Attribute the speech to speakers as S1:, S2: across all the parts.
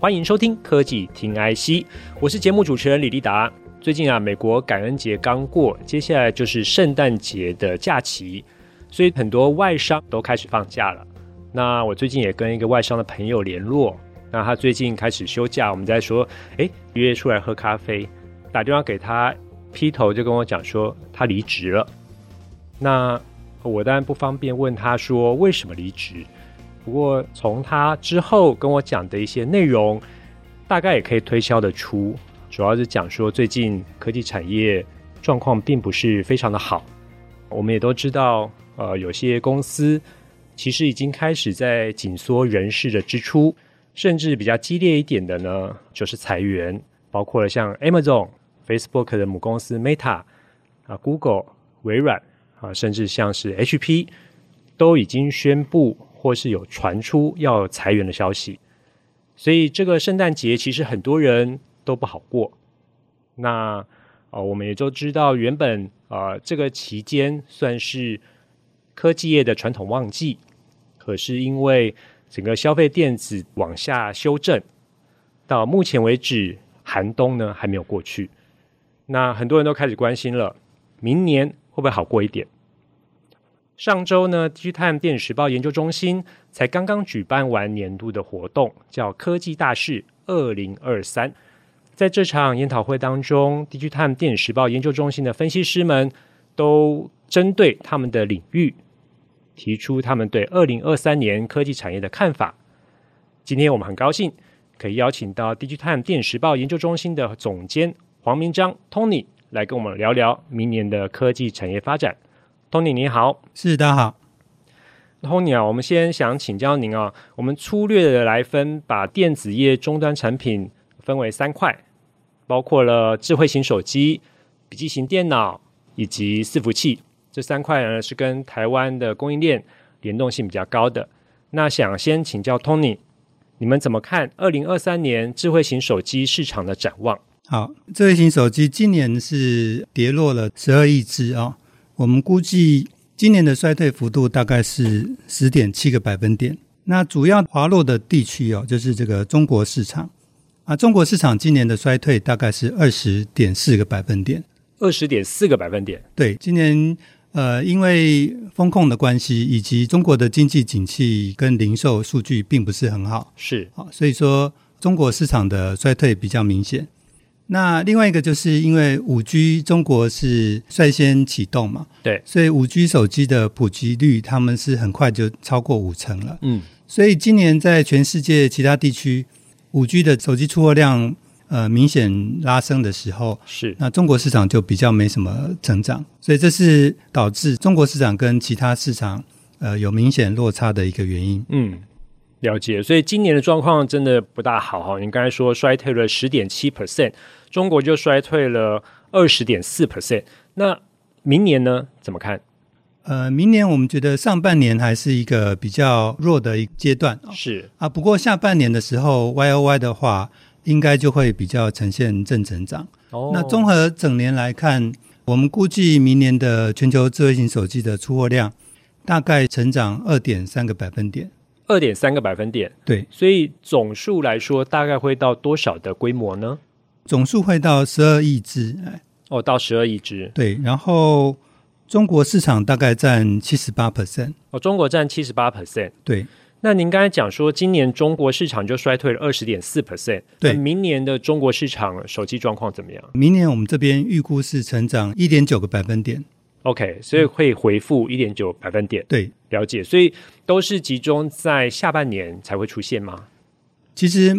S1: 欢迎收听科技听 IC，我是节目主持人李立达。最近啊，美国感恩节刚过，接下来就是圣诞节的假期，所以很多外商都开始放假了。那我最近也跟一个外商的朋友联络，那他最近开始休假，我们在说，诶，约出来喝咖啡，打电话给他，劈头就跟我讲说他离职了。那我当然不方便问他说为什么离职，不过从他之后跟我讲的一些内容，大概也可以推敲得出，主要是讲说最近科技产业状况并不是非常的好。我们也都知道，呃，有些公司其实已经开始在紧缩人事的支出，甚至比较激烈一点的呢，就是裁员，包括了像 Amazon、Facebook 的母公司 Meta 啊、Google、微软啊，甚至像是 HP 都已经宣布或是有传出要裁员的消息。所以这个圣诞节其实很多人都不好过。那呃，我们也都知道，原本呃这个期间算是科技业的传统旺季，可是因为整个消费电子往下修正，到目前为止寒冬呢还没有过去。那很多人都开始关心了，明年会不会好过一点？上周呢，Gtime 电子时报研究中心才刚刚举办完年度的活动，叫“科技大事二零二三”。在这场研讨会当中，Digitime 电子时报研究中心的分析师们都针对他们的领域，提出他们对二零二三年科技产业的看法。今天我们很高兴可以邀请到 Digitime 电子时报研究中心的总监黄明章 Tony 来跟我们聊聊明年的科技产业发展。Tony 你好。
S2: 是，大家好。
S1: Tony 啊，我们先想请教您啊，我们粗略的来分，把电子业终端产品分为三块，包括了智慧型手机、笔记型电脑以及伺服器这三块呢，是跟台湾的供应链联动性比较高的。那想先请教 Tony，你们怎么看二零二三年智慧型手机市场的展望？
S2: 好，智慧型手机今年是跌落了十二亿只哦，我们估计今年的衰退幅度大概是十点七个百分点。那主要滑落的地区哦，就是这个中国市场啊，中国市场今年的衰退大概是二十点四个百分点。
S1: 二十点四个百分点，
S2: 对，今年呃，因为风控的关系，以及中国的经济景气跟零售数据并不是很好，
S1: 是
S2: 好，所以说中国市场的衰退比较明显。那另外一个就是因为五 G 中国是率先启动嘛，
S1: 对
S2: 所以五 G 手机的普及率他们是很快就超过五成了，
S1: 嗯，
S2: 所以今年在全世界其他地区五 G 的手机出货量呃明显拉升的时候，
S1: 是
S2: 那中国市场就比较没什么成长，所以这是导致中国市场跟其他市场呃有明显落差的一个原因。
S1: 嗯，了解。所以今年的状况真的不大好哈。您刚才说衰退了十点七 percent，中国就衰退了二十点四 percent。那明年呢？怎么看？
S2: 呃，明年我们觉得上半年还是一个比较弱的一个阶段啊
S1: 是
S2: 啊，不过下半年的时候 Y O Y 的话，应该就会比较呈现正成长。
S1: 哦
S2: 那综合整年来看，我们估计明年的全球智慧型手机的出货量大概成长二点三个百分点。
S1: 二点三个百分点，
S2: 对，
S1: 所以总数来说大概会到多少的规模呢？
S2: 总数会到十二亿只，哎，
S1: 哦，到十二亿只。
S2: 对，然后中国市场大概占七十八 percent，
S1: 哦，中国占七十八 percent。
S2: 对，
S1: 那您刚才讲说，今年中国市场就衰退了二十点四 percent。
S2: 对
S1: 那明年的中国市场手机状况怎么样
S2: 明年我们这边预估是成长一点九个百分点，
S1: ？OK，所
S2: 嗯
S1: 以会回复一点九百分点。
S2: 对，
S1: 了解，所以都是集中在下半年才会出现吗？
S2: 其实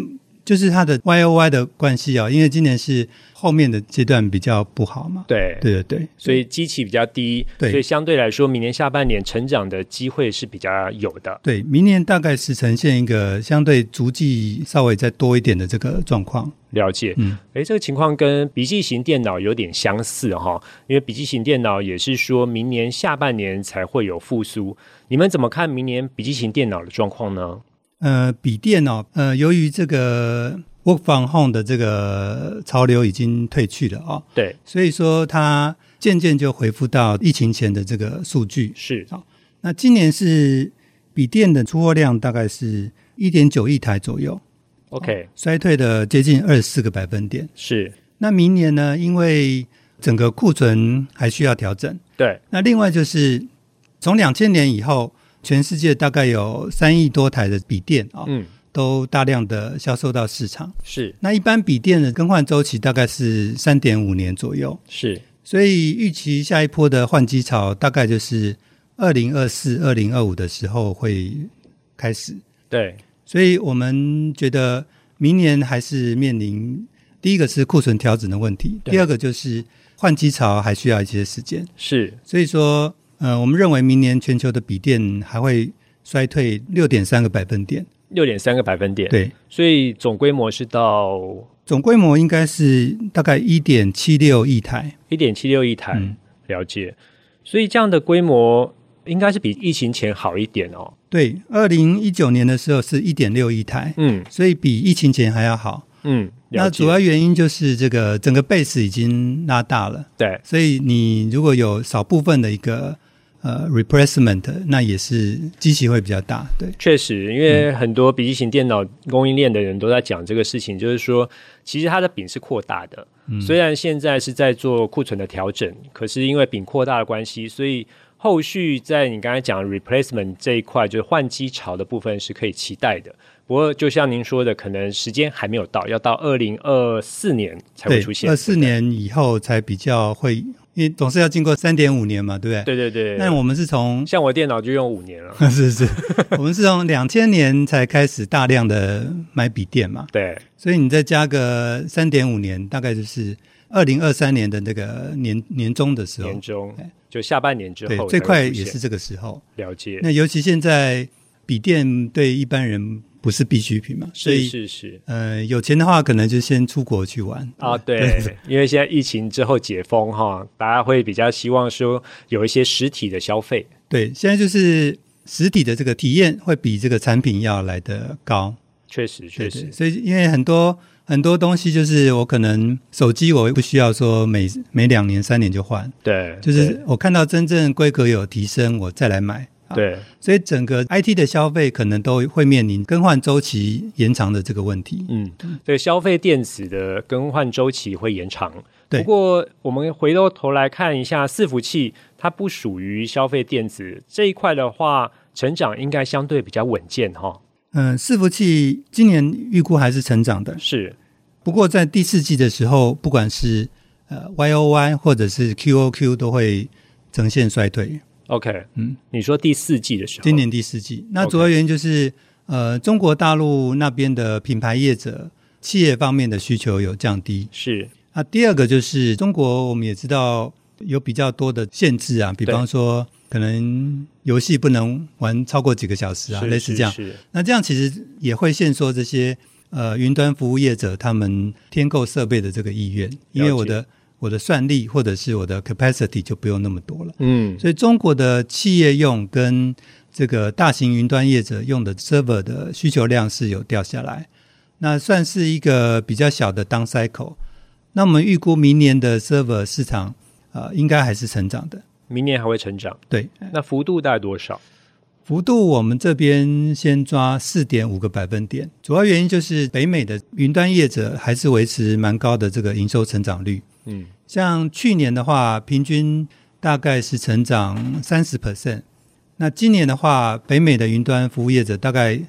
S2: 就是它的 Y O Y 的关系哦，因为今年是后面的阶段比较不好嘛。
S1: 对
S2: 对对对，
S1: 所以基期比较低，
S2: 对
S1: 所以相对来说，明年下半年成长的机会是比较有的。
S2: 对，明年大概是呈现一个相对足迹稍微再多一点的这个状况。
S1: 了解，
S2: 嗯，
S1: 诶，这个情况跟笔记型电脑有点相似哈、因为笔记型电脑也是说明年下半年才会有复苏。你们怎么看明年笔记型电脑的状况呢？
S2: 呃，笔电哦，呃，由于这个 work from home 的这个潮流已经退去了哦，
S1: 对，
S2: 所以说它渐渐就恢复到疫情前的这个数据。
S1: 是
S2: 那今年是笔电的出货量大概是一点九亿台左右，
S1: OK，、
S2: 衰退的接近二十四个百分点。
S1: 是
S2: 那明年呢，因为整个库存还需要调整。
S1: 对，
S2: 那另外就是从两千年以后，全世界大概有三亿多台的笔电啊、
S1: 嗯，
S2: 都大量的销售到市场。
S1: 是
S2: 那一般笔电的更换周期大概是三点五年左右，
S1: 是
S2: 所以预期下一波的换机潮大概就是二零二四、二零二五的时候会开始。
S1: 对，
S2: 所以我们觉得明年还是面临第一个是库存调整的问题，
S1: 对
S2: 第二个就是换机潮还需要一些时间。
S1: 是
S2: 所以说，呃，我们认为明年全球的笔电还会衰退六点三个百分点，
S1: 六点三个百分点，，
S2: 对，
S1: 所以总规模是到
S2: 总规模应该是大概一点七六亿台，
S1: 一点七六亿台，
S2: 嗯
S1: 了解。所以这样的规模应该是比疫情前好一点哦。
S2: 对，二零一九年的时候是一点六亿台，
S1: 嗯
S2: 所以比疫情前还要好。
S1: 嗯，了
S2: 那
S1: 解
S2: 主要原因就是这个整个 base 已经拉大了，
S1: 对
S2: 所以你如果有少部分的一个呃 replacement，那也是机器会比较大，对。
S1: 确实，因为
S2: 嗯
S1: 很多笔记型电脑供应链的人都在讲这个事情，就是说，其实它的饼是扩大的。
S2: 嗯
S1: 虽然现在是在做库存的调整，可是因为饼扩大的关系，所以后续在你刚才讲 replacement 这一块，就是换机潮的部分是可以期待的。不过，就像您说的，可能时间还没有到，要到二零二四年才会
S2: 对
S1: 出，现。
S2: 二四年以后才比较会，因为总是要经过三点五年嘛，对不对？。
S1: 对，对对对。
S2: 那我们是 从
S1: 像我电脑就用五年了。
S2: 是是，我们是从两千年才开始大量的买笔电嘛，
S1: 对，
S2: 所以你再加个三点五年，大概就是二零二三年的那个年年中的时候
S1: 年，中就下半年之
S2: 对
S1: 后，
S2: 最快也是这个时候。
S1: 了解。
S2: 那尤其现在笔电对一般人不是必需品嘛，所
S1: 是
S2: 以
S1: 是是。
S2: 呃有钱的话，可能就先出国去玩
S1: 啊，对，因为现在疫情之后解封哈，大家会比较希望说有一些实体的消费。
S2: 对，现在就是实体的这个体验会比这个产品要来的高，
S1: 确实，确
S2: 对
S1: 实
S2: 对，所以因为很多很多东西就是我可能手机我不需要说每每两年三年就换，
S1: 对，
S2: 就是我看到真正规格有提升，我再来买。啊
S1: 对，对
S2: 所以整个 IT 的消费可能都会面临更换周期延长的这个问题。
S1: 嗯，对，消费电子的更换周期会延长。
S2: 对
S1: 不过我们回过头来看一下伺服器，它不属于消费电子这一块的话，成长应该相对比较稳健哈。
S2: 嗯、伺服器今年预估还是成长的，
S1: 是，
S2: 不过在第四季的时候，不管是呃 YOY 或者是 QOQ 都会呈现衰退。
S1: OK，
S2: 嗯，
S1: 你说第四季的时候，
S2: 今年第四季，那
S1: OK
S2: 主要原因就是呃中国大陆那边的品牌业者企业方面的需求有降低。
S1: 是
S2: 那第二个就是中国，我们也知道有比较多的限制啊，比方说可能游戏不能玩超过几个小时啊，
S1: 是
S2: 类似这样。
S1: 是是
S2: 那这样其实也会限缩这些呃云端服务业者他们添购设备的这个意愿，因为我的我的算力或者是我的 capacity 就不用那么多了。
S1: 嗯，
S2: 所以中国的企业用跟这个大型云端业者用的 server 的需求量是有掉下来，那算是一个比较小的 down cycle。那我们预估明年的 server 市场，呃，应该还是成长的。
S1: 明年还会成长，
S2: 对，
S1: 那幅度大概多少？
S2: 幅度我们这边先抓四点五个百分点，主要原因就是北美的云端业者还是维持蛮高的这个营收成长率。
S1: 嗯，
S2: 像去年的话，平均大概是成长三十 percent。那今年的话，北美的云端服务业者大概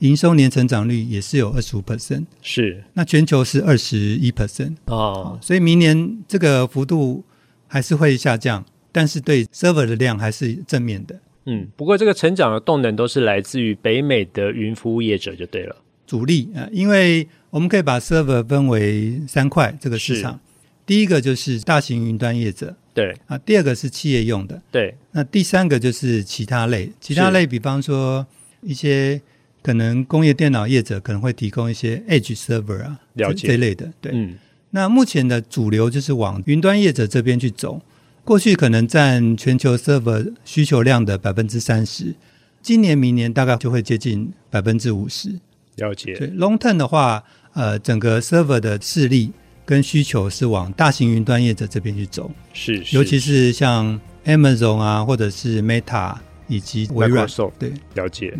S2: 营收年成长率也是有二十五 percent，
S1: 是
S2: 那全球是二十一 percent，
S1: 哦，
S2: 所以明年这个幅度还是会下降，但是对 server 的量还是正面的。
S1: 嗯，不过这个成长的动能都是来自于北美的云服务业者就对了。
S2: 主力啊、呃因为我们可以把 server 分为三块这个市
S1: 是
S2: 场。第一个就是大型云端业者
S1: 对
S2: 啊，第二个是企业用的，
S1: 对
S2: 那第三个就是其他类，其他
S1: 是
S2: 类比方说一些可能工业电脑业者可能会提供一些 edge server 啊，
S1: 了
S2: 这
S1: 解
S2: 这类的。对，
S1: 嗯
S2: 那目前的主流就是往云端业者这边去走，过去可能占全球 server 需求量的百分之三十，今年明年大概就会接近百分之五十。
S1: 了解
S2: 对，long term 的话，呃，整个 server 的势力跟需求是往大型云端业者这边去走。
S1: 是，
S2: 尤其是像 Amazon 啊，或者是 Meta 以及微软
S1: Microsoft
S2: 对，
S1: 了解。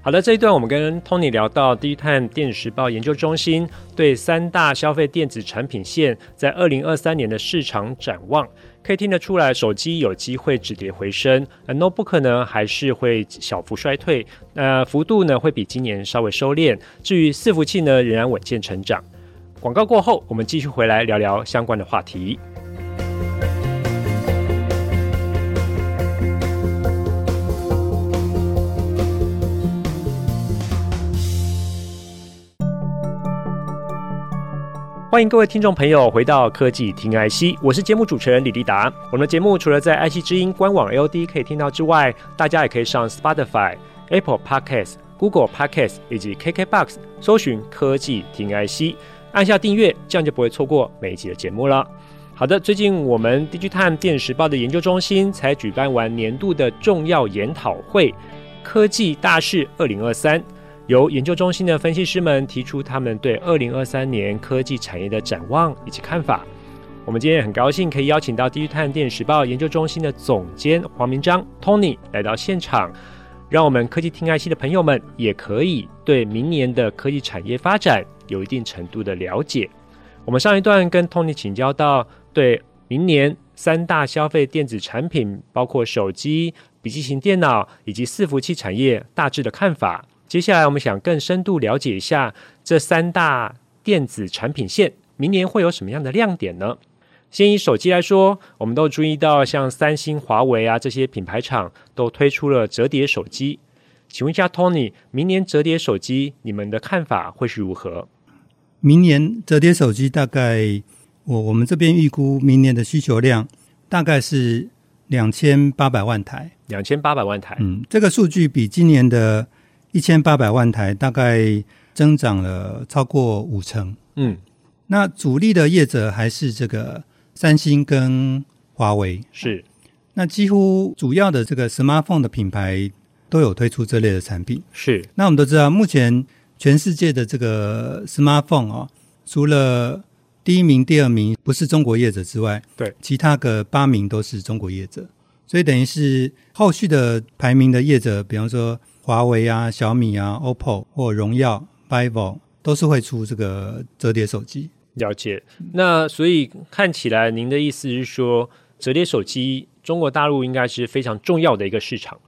S1: 好的，这一段我们跟 Tony 聊到低碳电时报研究中心对三大消费电子产品线在二零二三年的市场展望。可以听得出来，手机有机会止跌回升，而 notebook 呢还是会小幅衰退，呃，幅度呢会比今年稍微收敛。至于伺服器呢，仍然稳健成长。广告过后，我们继续回来聊聊相关的话题。欢迎各位听众朋友回到科技听 IC，我是节目主持人李立达。我们的节目除了在 IC 之音官网 LD 可以听到之外，大家也可以上 Spotify、Apple Podcasts、Google Podcasts 以及 KKBox 搜寻科技听 IC，按下订阅，这样就不会错过每一集的节目了。好的，最近我们 DigiTime 电时报的研究中心才举办完年度的重要研讨会《科技大事2023》。由研究中心的分析师们提出他们对二零二三年科技产业的展望以及看法。我们今天也很高兴可以邀请到《地狱探电时报》研究中心的总监黄明章 Tony 来到现场，让我们科技听 IC 的朋友们也可以对明年的科技产业发展有一定程度的了解。我们上一段跟 Tony 请教到，对明年三大消费电子产品，包括手机、笔记型电脑以及伺服器产业大致的看法。接下来，我们想更深度了解一下这三大电子产品线明年会有什么样的亮点呢？先以手机来说，我们都注意到，像三星、华为啊这些品牌厂都推出了折叠手机。请问一下，Tony，明年折叠手机你们的看法会是如何？
S2: 明年折叠手机大概我我们这边预估明年的需求量大概是两千八百万台，
S1: 两千八百万台，
S2: 嗯，这个数据比今年的一千八百万台大概增长了超过五成。
S1: 嗯，
S2: 那主力的业者还是这个三星跟华为，
S1: 是
S2: 那几乎主要的这个 smartphone 的品牌都有推出这类的产品。
S1: 是，
S2: 那我们都知道，目前全世界的这个 smartphone 哦，除了第一名、第二名不是中国业者之外，
S1: 对，
S2: 其他个八名都是中国业者，所以等于是后续的排名的业者，比方说华为啊、小米啊、OPPO 或荣耀、vivo，都是会出这个折叠手机。
S1: 了解。那所以看起来，您的意思是说，折叠手机中国大陆应该是非常重要的一个市场。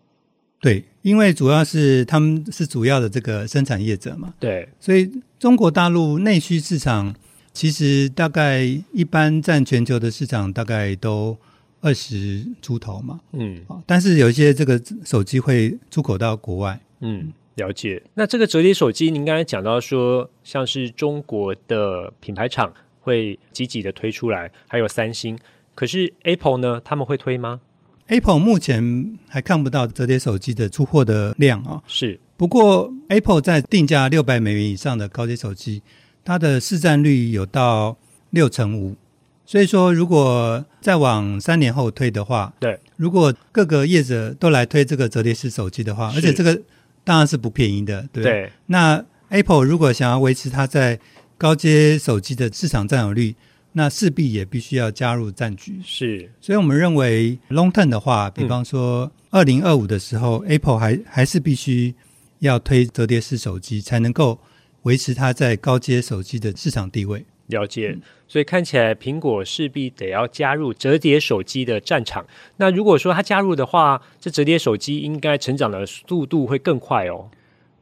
S2: 对，因为主要是他们是主要的这个生产业者嘛，
S1: 对，
S2: 所以中国大陆内需市场其实大概一般占全球的市场大概都二十出头嘛，
S1: 嗯
S2: 啊，但是有一些这个手机会出口到国外，
S1: 嗯，了解。那这个折叠手机，您刚才讲到说，像是中国的品牌厂会积极的推出来，还有三星。可是 Apple 呢，他们会推吗？
S2: Apple 目前还看不到折叠手机的出货的量啊、
S1: 是
S2: 不过 Apple 在定价六百美元以上的高阶手机，它的市占率有到六成五。所以说，如果再往三年后推的话，
S1: 对，
S2: 如果各个业者都来推这个折叠式手机的话，
S1: 是
S2: 而且这个当然是不便宜的，对不对。
S1: 对，
S2: 那 Apple 如果想要维持它在高阶手机的市场占有率，那势必也必须要加入战局。
S1: 是
S2: 所以我们认为 long term 的话，比方说二零二五的时候、a p p l e 还还是必须要推折叠式手机，才能够维持它在高阶手机的市场地位。
S1: 了解。所以看起来苹果势必得要加入折叠手机的战场。那如果说它加入的话，这折叠手机应该成长的速度会更快哦。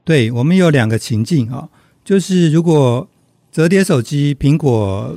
S2: 对我们有两个情境啊、就是如果折叠手机苹果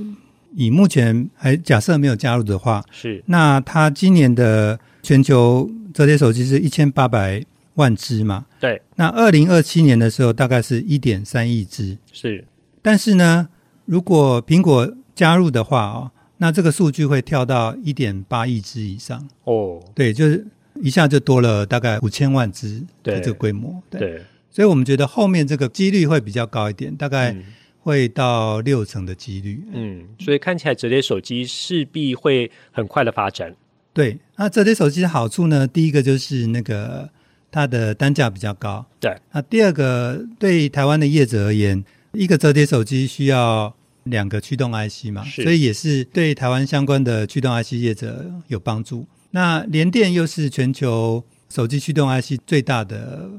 S2: 以目前还假设没有加入的话，
S1: 是
S2: 那它今年的全球折叠手机是一千八百万只嘛，
S1: 对，
S2: 那二零二七年的时候大概是一点三亿只。
S1: 是，
S2: 但是呢，如果苹果加入的话哦，那这个数据会跳到一点八亿只以上。
S1: 哦，
S2: 对，就是一下就多了大概五千万只
S1: 对
S2: 的这个规模。
S1: 对，
S2: 所以我们觉得后面这个几率会比较高一点，大概
S1: 嗯
S2: 会到六成的几率。
S1: 嗯，所以看起来折叠手机势必会很快的发展。
S2: 对，那折叠手机的好处呢，第一个就是那个它的单价比较高，
S1: 对，
S2: 那第二个对台湾的业者而言，一个折叠手机需要两个驱动 IC 嘛，
S1: 是
S2: 所以也是对台湾相关的驱动 IC 业者有帮助。那联电又是全球手机驱动 IC 最大的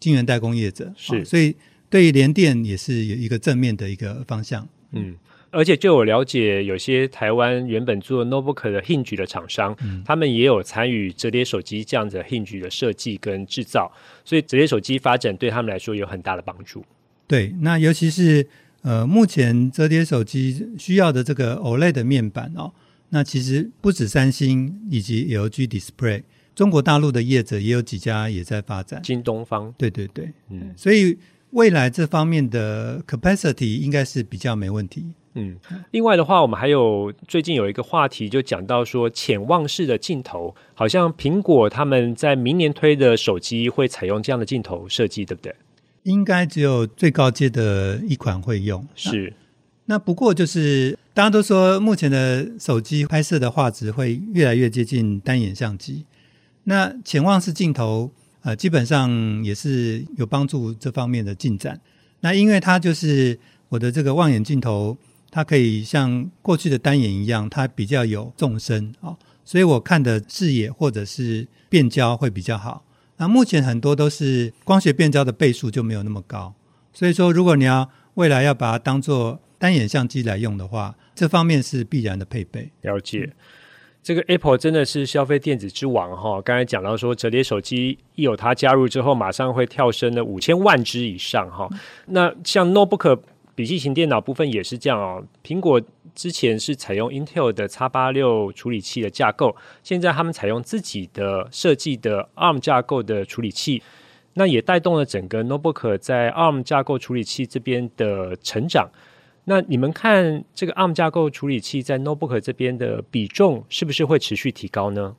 S2: 晶圆代工业者，
S1: 是
S2: 哦所以对联电也是有一个正面的一个方向。
S1: 嗯，而且就我了解，有些台湾原本做 notebook 的 hinge 的厂商，他们也有参与折叠手机这样子的 hinge 的设计跟制造，所以折叠手机发展对他们来说有很大的帮助。
S2: 对，那尤其是呃，目前折叠手机需要的这个 OLED 的面板哦，那其实不止三星以及 LG Display，中国大陆的业者也有几家也在发展。
S1: 京东方，
S2: 对对对，
S1: 嗯
S2: 所以未来这方面的 capacity 应该是比较没问题。
S1: 嗯，另外的话，我们还有最近有一个话题，就讲到说潜望式的镜头，好像苹果他们在明年推的手机会采用这样的镜头设计，对不对？
S2: 应该只有最高阶的一款会用，
S1: 是，
S2: 那不过就是大家都说，目前的手机拍摄的画质会越来越接近单眼相机。那潜望式镜头，呃，基本上也是有帮助这方面的进展。那因为它就是我的这个望远镜头，它可以像过去的单眼一样，它比较有纵深哦，所以我看的视野或者是变焦会比较好。那目前很多都是光学变焦的倍数就没有那么高，所以说如果你要未来要把它当做单眼相机来用的话，这方面是必然的配备。
S1: 了解。这个 Apple 真的是消费电子之王哈、刚才讲到说，折叠手机一有它加入之后，马上会跳升了五千万只以上哈、那像 Notebook 笔记型电脑部分也是这样哦。苹果之前是采用 Intel 的 X 八六处理器的架构，现在他们采用自己的设计的 ARM 架构的处理器，那也带动了整个 Notebook 在 ARM 架构处理器这边的成长。那你们看这个 ARM 架构处理器在 Notebook 这边的比重是不是会持续提高呢？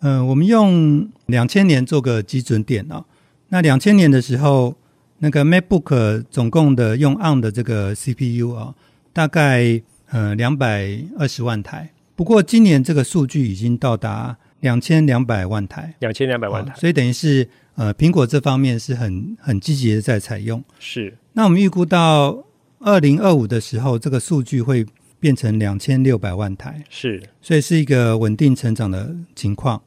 S2: 嗯、我们用两千年做个基准点哦。那两千年的时候，那个 MacBook 总共的用 ARM 的这个 CPU 啊、大概呃两百二十万台。不过今年这个数据已经到达两千两百万台，
S1: 两千两百万台、
S2: 哦所以等于是呃苹果这方面是很很积极的在采用。
S1: 是
S2: 那我们预估到二零二五的时候，这个数据会变成两千六百万台。
S1: 是
S2: 所以是一个稳定成长的情况。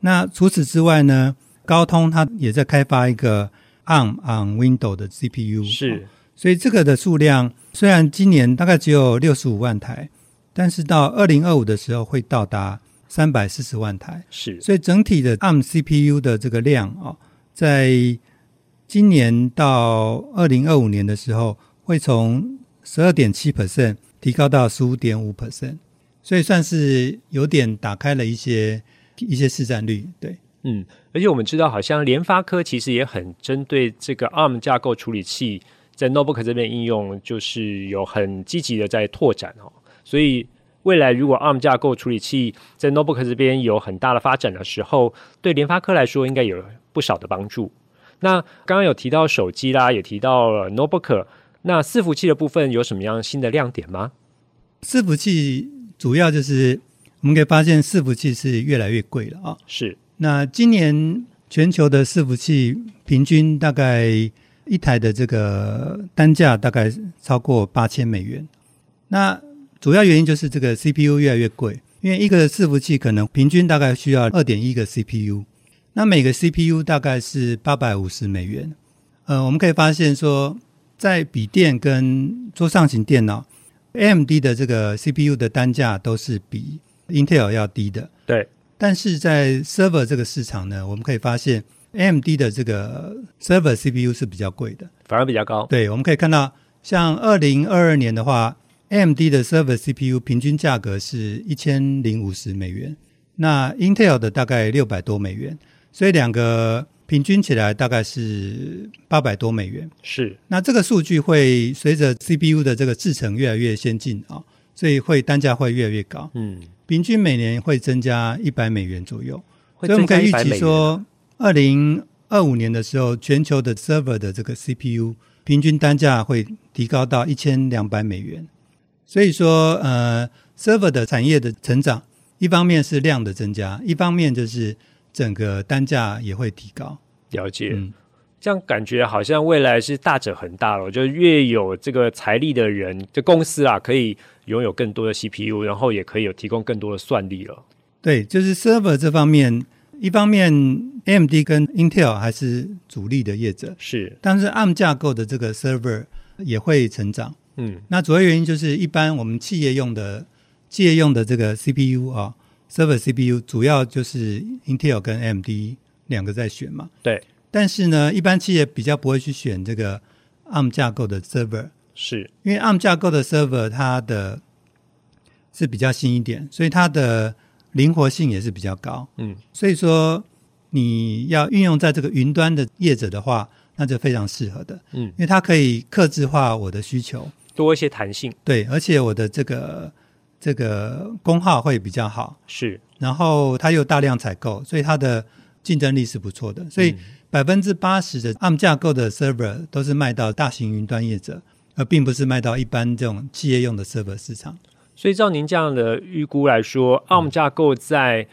S2: 那除此之外呢，高通它也在开发一个 ARM on Windows 的 CPU，
S1: 是
S2: 所以这个的数量虽然今年大概只有六十五万台，但是到二零二五的时候会到达三百四十万台，
S1: 是
S2: 所以整体的 ARM CPU 的这个量哦，在今年到二零二五年的时候，会从十二点七 percent 提高到十五点五 percent，所以算是有点打开了一些一些市占率。对，
S1: 嗯，而且我们知道，好像联发科其实也很针对这个 ARM 架构处理器在 Notebook 这边应用，就是有很积极的在拓展哦。所以未来如果 ARM 架构处理器在 Notebook 这边有很大的发展的时候，对联发科来说应该有不少的帮助。那刚刚有提到手机啦，也提到了 Notebook，那伺服器的部分有什么样新的亮点吗？
S2: 伺服器主要就是我们可以发现，伺服器是越来越贵了啊、
S1: 是
S2: 那今年全球的伺服器平均大概一台的这个单价大概超过八千美元。那主要原因就是这个 CPU 越来越贵，因为一个伺服器可能平均大概需要二点一个 CPU，那每个 CPU 大概是八百五十美元。呃，我们可以发现说，在笔电跟桌上型电脑，AMD 的这个 CPU 的单价都是比 Intel 要低的。
S1: 对，
S2: 但是在 server 这个市场呢，我们可以发现 AMD 的这个 server CPU 是比较贵的。
S1: 反而比较高。
S2: 对，我们可以看到，像二零二二年的话，AMD 的 server CPU 平均价格是一千零五十美元，那 Intel 的大概六百多美元，所以两个平均起来大概是八百多美元。
S1: 是
S2: 那这个数据会随着 CPU 的这个制程越来越先进啊、所以会单价会越来越高，
S1: 嗯，
S2: 平均每年会增加一百美元左右。
S1: 会
S2: 所以
S1: 增
S2: 我们
S1: 加
S2: 可以
S1: 一
S2: 预
S1: 百
S2: 期
S1: 美元啊，
S2: 说，二零二五年的时候，全球的 server 的这个 CPU 平均单价会提高到一千两百美元。所以说，呃，server 的产业的成长，一方面是量的增加，一方面就是整个单价也会提高。
S1: 了解。
S2: 嗯，
S1: 这样感觉好像未来是大者恒大了，就是越有这个财力的人，这公司啊，可以拥有更多的 CPU，然后也可以有提供更多的算力了。
S2: 对，就是 server 这方面，一方面 AMD 跟 Intel 还是主力的业者，
S1: 是，
S2: 但是 ARM 架构的这个 server 也会成长。
S1: 嗯，
S2: 那主要原因就是一般我们企业用的企业用的这个 CPU 啊、server CPU 主要就是 Intel 跟 AMD 两个在选嘛。
S1: 对，
S2: 但是呢，一般企业比较不会去选这个 ARM 架构的 server，
S1: 是，
S2: 因为 ARM 架构的 server 它的是比较新一点，所以它的灵活性也是比较高。
S1: 嗯，
S2: 所以说你要运用在这个云端的业者的话，那就非常适合的。
S1: 嗯
S2: 因为它可以克制化我的需求。
S1: 多一些弹性。
S2: 对，而且我的这个这个功耗会比较好，
S1: 是，
S2: 然后它又大量采购，所以它的竞争力是不错的。所以百分之八十的 ARM 架构的 server 都是卖到大型云端业者，而并不是卖到一般这种企业用的 server 市场。
S1: 所以照您这样的预估来说，ARM 架构在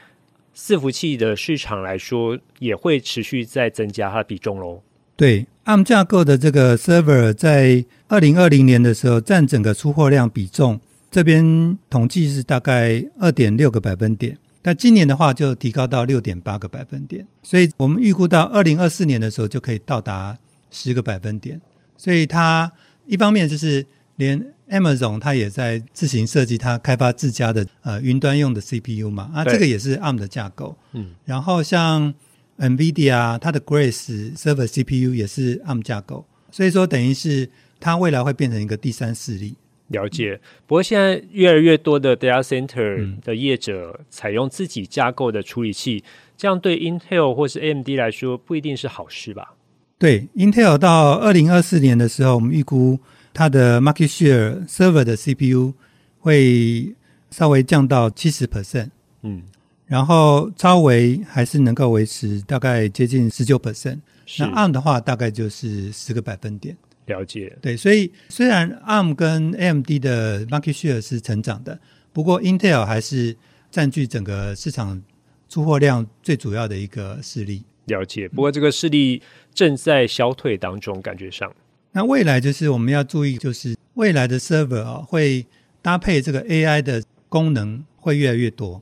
S1: 伺服器的市场来说，也会持续在增加它的比重喽。
S2: 对，ARM 架构的这个 server 在二零二零年的时候占整个出货量比重，这边统计是大概二点六个百分点。那今年的话就提高到六点八个百分点，所以我们预估到二零二四年的时候就可以到达十个百分点。所以它一方面就是连 Amazon 它也在自行设计它开发自家的呃云端用的 CPU 嘛，啊，
S1: 对
S2: 这个也是 ARM 的架构。
S1: 嗯，
S2: 然后像 NVIDIA 它的 Grace Server CPU 也是 ARM 架构，所以说等于是它未来会变成一个第三势力。
S1: 了解，不过现在越来越多的 data center
S2: 嗯
S1: 的业者采用自己架构的处理器，这样对 Intel 或是 AMD 来说不一定是好事吧？
S2: 对，Intel 到二零二四年的时候，我们预估它的 market share server 的 CPU 会稍微降到七十 percent，
S1: 嗯，
S2: 然后超维还是能够维持大概接近十九 percent，
S1: 是
S2: 那啊 ARM 的话大概就是十个百分点。
S1: 了解，
S2: 对，所以虽然 ARM 跟 AMD 的 market share 是成长的，不过 Intel 还是占据整个市场出货量最主要的一个势力。
S1: 了解。不过这个势力正在消退当中，感觉上
S2: 那未来就是我们要注意，就是未来的 server 啊、会搭配这个 AI 的功能会越来越多。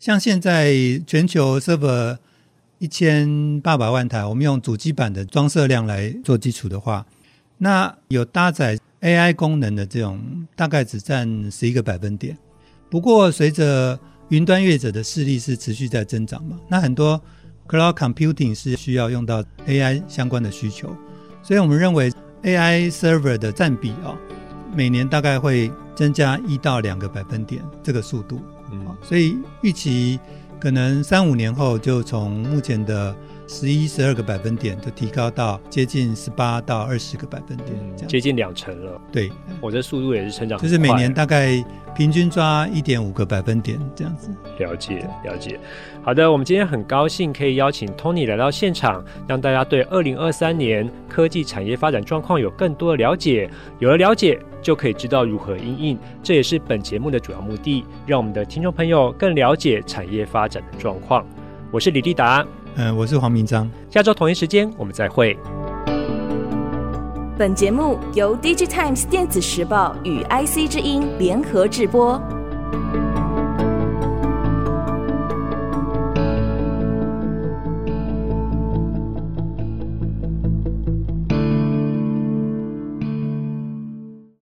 S2: 像现在全球 server 一千八百万台，我们用主机板的装设量来做基础的话，那有搭载 AI 功能的这种大概只占十一个百分点。不过随着云端业者的势力是持续在增长嘛，那很多 cloud computing 是需要用到 AI 相关的需求，所以我们认为 AI server 的占比哦，每年大概会增加一到两个百分点这个速度。哦
S1: 嗯，
S2: 所以预期可能三五年后就从目前的十一、十二个百分点，就提高到接近十八到二十个百分点这样。
S1: 嗯接近两成了，
S2: 对，
S1: 我这速度也是成长很快，
S2: 就是每年大概平均抓一点五个百分点这样子。
S1: 了解了解。好的，我们今天很高兴可以邀请 Tony 来到现场，让大家对二零二三年科技产业发展状况有更多的了解。有了了解，就可以知道如何应应，这也是本节目的主要目的，让我们的听众朋友更了解产业发展的状况。我是李立达，
S2: 嗯、我是黄明章。
S1: 下周同一时间我们再会。
S3: 本节目由 DigiTimes 电子时报与 IC 之音联合制播。